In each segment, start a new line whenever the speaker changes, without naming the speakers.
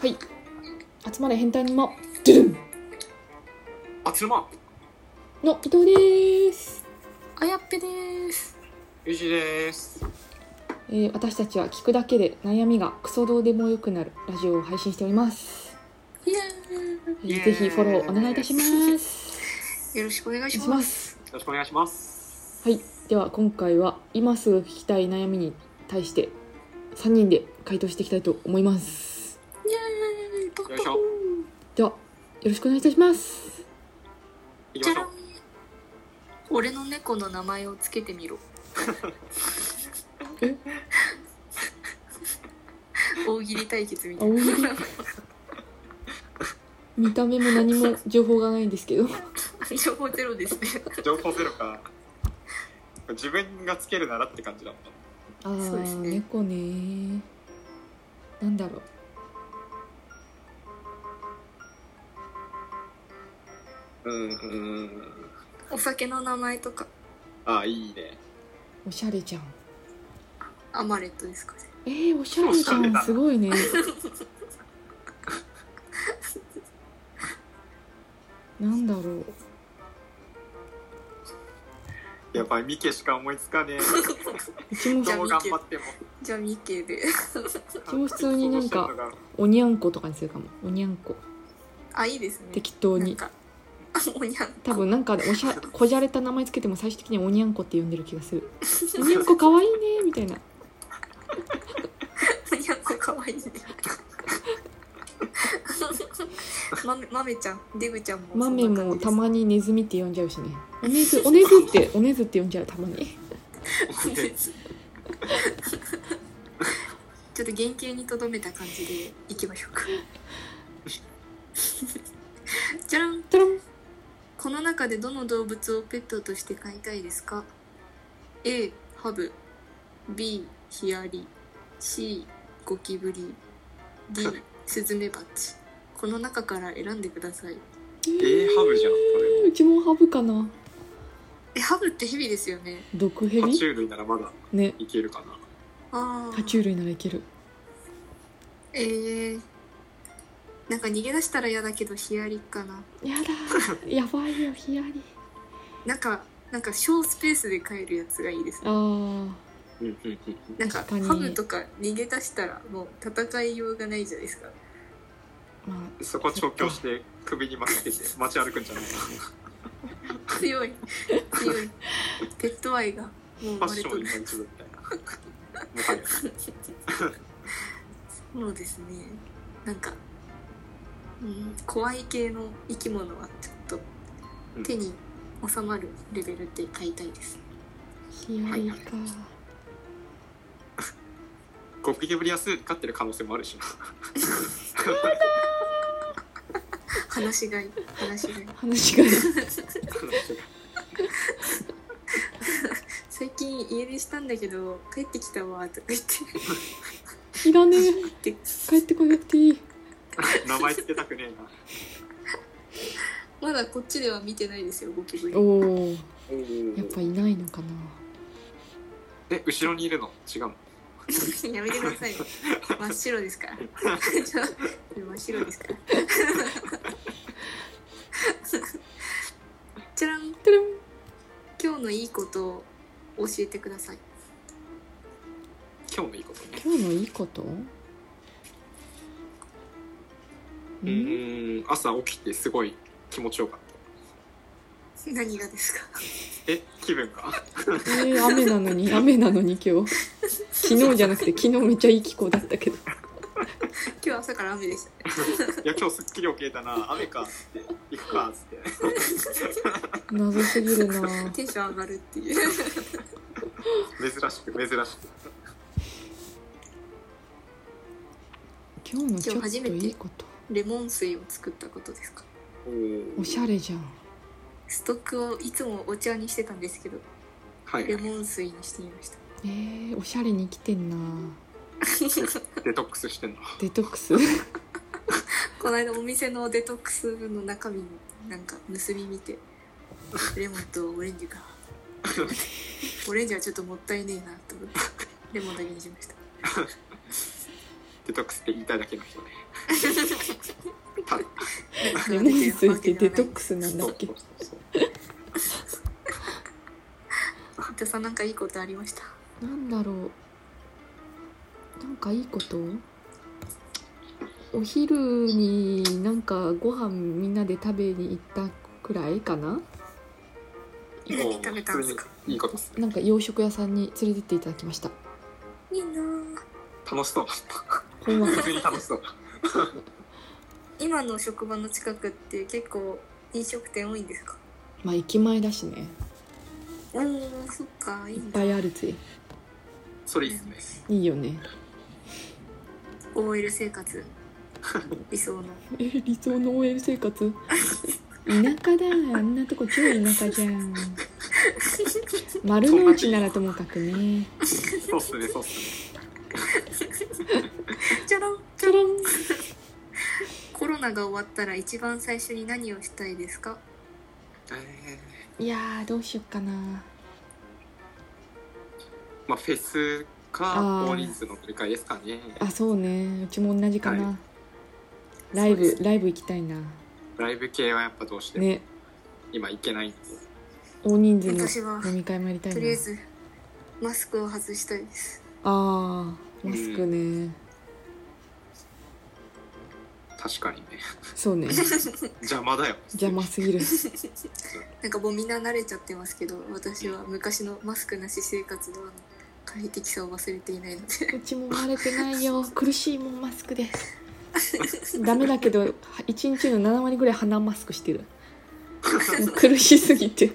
はい集まれ変態の間ドゥルン
あつま
の伊藤です、
あやっぺです。
ゆうじです
えー私たちは聞くだけで悩みがクソどうでもよくなるラジオを配信しております、
イエー
えー
イエーイ
ぜひフォローお願いいたします
イ。よろしくお願
お
い
願い
し
し
ま。
ますす
よろしくお願いします
はいでは今回は今すぐ聞きたい悩みに対して3人で回答していきたいと思います
イエーイ。ポッポ
よいしょ
ではよろしくお願いいたし ます
いき
じ
ましょ
ゃら。
うん
俺の猫の名前をつけてみろ。
え
大喜利対決み
あ
たい
大
な。
喜利見た目も何も情報がないんですけど
情報ゼロですね。
情報ゼロか自分がつけるならって感じだも
あ
ん
ー
そうですね
猫ねなんだろう
うんうん
お酒の名前とか、
あいいね
おしゃれじゃん
アマレットですかね。
えー、おしゃれじゃ
おしゃれだ
ん
な
すごいねなんだろう
やばいミケしか思いつかねえ
うちも
じゃあ
どう頑張っても
じゃあミッケで。
ちも普通になんかおにゃんことかにするかもおにゃんこ
あ、いいですね。
適当
なん
に
か、あおにゃんこ。
多分なんかおしゃこじゃれた名前つけても最終的にはおにゃんこって呼んでる気がするおにゃんこかわいいねみたいな
おにゃんこかわいいね。まめ、まめちゃん、デグちゃんもそんな
マ
感
メ
じです。
もたまにネズミって呼んじゃうしねおねずおねずっておねずって呼んじゃうたまに
ちょっと原型にとどめた感じでいきましょうか。じゃらん
たらん
この中でどの動物をペットとして飼いたいですか ?A、ハブ B、ヒアリ C、ゴキブリ D、スズメバチこの中から選んでください。
えー、ハブじゃんこ
うちもハブかな
え、ハブってヘビですよね。
毒
れ
ヘ
爬
ビ
虫類ならまだ
ね
いけるかな
ああ。
爬虫類ならいける
えー、なんか逃げ出したら嫌だけどヒアリかな。
や だーやばいよヒヤリ
なんか、なんか小スペースで帰るやつがいいです
あ
ね。
ー
うんうんうん
なんか、
確かに
ハブとか逃げ出したらもう戦いようがないじゃないですか。
まあ
そこ調教して首に巻きつけて街歩くんじゃない
強い、強い。ペット愛がもう生
ファ
ま
ッ
れ
シ
と
ョン
る
に。感じるみたいなもはや
そうですね。なんか、うん、怖い系の生き物はちょっ
うん
と手に収まるレベルで飼いたいです。
ヒヤリか
ゴキブリはすでに飼ってる可能性もあるしな
話し飼い、話し飼い。
話が
最近家出したんだけど帰ってきたわとか言って
いらねえ
で
帰ってこなくていい
名前つけたくねえな
まだこっちでは見てないですよゴキブリ
おおやっぱ
え
いないのかな
後ろにいるの違うの
やめてください真っ白ですからちょっと真っ白ですからじゃらん
てれん
今日のいいことを教えてください
今日のいいことね
今日のいいこと
う
うん
ん朝起きてすごい気持ちよかっ
何がですか
たえ気分が
えー、雨なのに雨なのに今日昨日じゃなくて昨日めっちゃいい気候だったけど
今日朝から雨でしたね
いや今日すっきり起きれたな雨かっつって行くかっつって
謎すぎるな
テンション上がるっていう
珍しく珍しく
今日のちょっといいこと
レモン水を作ったことですか
おしゃれじゃん
ストックをいつもお茶にしてたんですけど
はい
レモン水にしてみました
えー、おしゃれに来てんな
デトックスしてんの
デトックス
この間お店のデトックスの中身なんか結び見てレモンとオレン ジかオレンジはちょっともったいねえなと思ってレモンだけにしました
デトックスって言いたいだけの人ね。ただ
レモン水ってデトックス なんだ
そ
っ
う
け
そうそう
伊藤さんなんかいいことありました
なんだろうなんかいいことお昼になんかご飯みんなで食べに行ったくらいかな
そう
何食べたんですか
もう普通にいいことですね。
なんか洋食屋さんに連れてっていただきました
いいなぁ
楽しそうだった。
ほんま
普通に楽しそう。
今の職場の近くって結構飲食店多いんですか
まあ駅前だしね
おーそっかいい
いっ
な
ぱいあるぜ
それいいですね。
いいよね
OL 生活理想 の
え理想の OL 生 活田舎だあんなとこ超田舎じゃん丸の内ならともかくね
そうっすね、そうっすね。
じゃらん
チャラン
コロナが終わったら一番最初に何をしたいですか
え
いやーどうしよっかな
ーまあ、フェス
あ
か
ー、
大人数の取り替えですかね。
あそうねうちも同じかな、
は
ライ
そう
ブ
です
ライブ行きたいな
ライブ系はやっぱどうしても
ね
今行けないんで。
大人数
私
の
は
飲み会もやりたい
と
な
りあえずマスクを外したいです
あーマスクね、
確かにね。
そうね
邪魔だよ。
邪魔す ぎる
なんかもうみんな慣れちゃってますけど私は昔のマスクなし生活のあの快適さを忘れていないので
うちも慣れてないよ苦しいもんマスクでダメだけど一日の7割ぐらい鼻マスクしてるもう苦しすぎて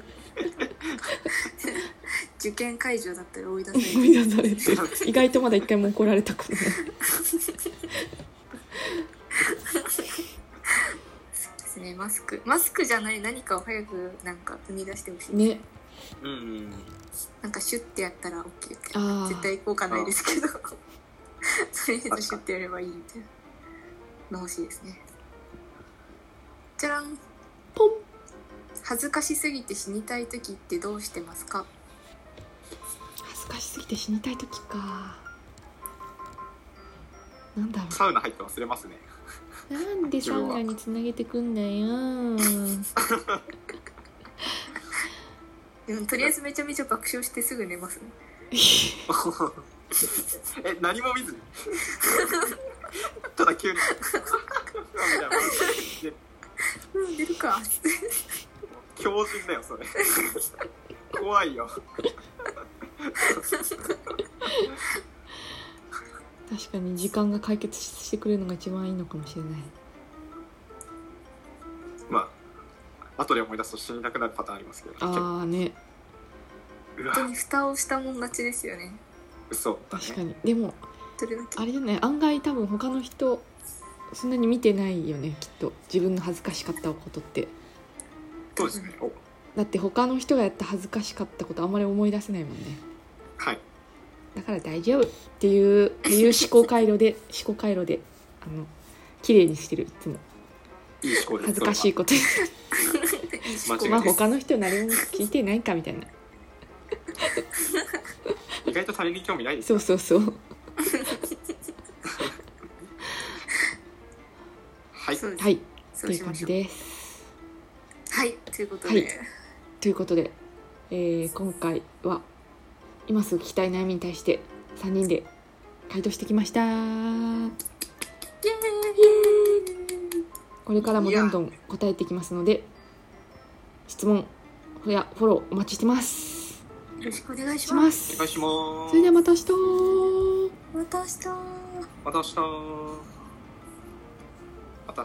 受験会場だったら追い出され
思
て
い出されて意外とまだ一回も怒られたことない
ですねマスクマスクじゃない何かを早くなんか生み出してほしい、
ね
うんうん。
なんかシュッてやったら OK って
あ
絶
ー
対効果ないですけどとりあえずシュッてやればいいみたいなの欲しいですねじゃらん
ポン
恥ずかしすぎて死にたい時ってどうしてますか
恥ずかしすぎて死にたい時かなんだろう
サウナ入って忘れますね。
なんでサウナにつなげてくんだよ。
でもとりあえずめちゃめちゃ爆笑してすぐ寝ますね
え、何も見ずに。ただ急に。あマジで
うん出るか
強靭だよ、それ。怖いよ。
確かに時間が解決してくれるのが一番いいのかもしれない。
まあ、後で思い出すと死にたくなるパターンありますけど、ね、
ああね、
う
本当
わ、
に蓋をしたもん勝ちですよね
嘘だ
確か
ね。
に。でも、
それだけ
あれじゃない、案外多分他の人、そんなに見てないよね、きっと。自分の恥ずかしかったことって。
そうですね。お
だって他の人がやった恥ずかしかったことあんまり思い出せないもんね。
はい。
だから大丈夫っていう、っていう思考回 路で、思考回路で、あの、綺麗にしてる、いつも。
いい思考です。
恥ずかしいことに。
間違
ま
いな
あ
いです
他の人何も聞いてないかみたいな。
それは意外と他人に興味ないです
そうそうそう。
はい。
そうです
はい。
そ
と
う
いう
し
感
まし
じ
ょう
です。
はいということで、
はいということで、えー今回は今すぐ聞きたい悩みに対して3人で回答してきました
イエーイ
これからもどんどん答えていきますので質問やフォローお待ちしてます
よろしくお願いし
し
ま
ますす
お願いします。
それではまた明日
また明日
また明日。また明日。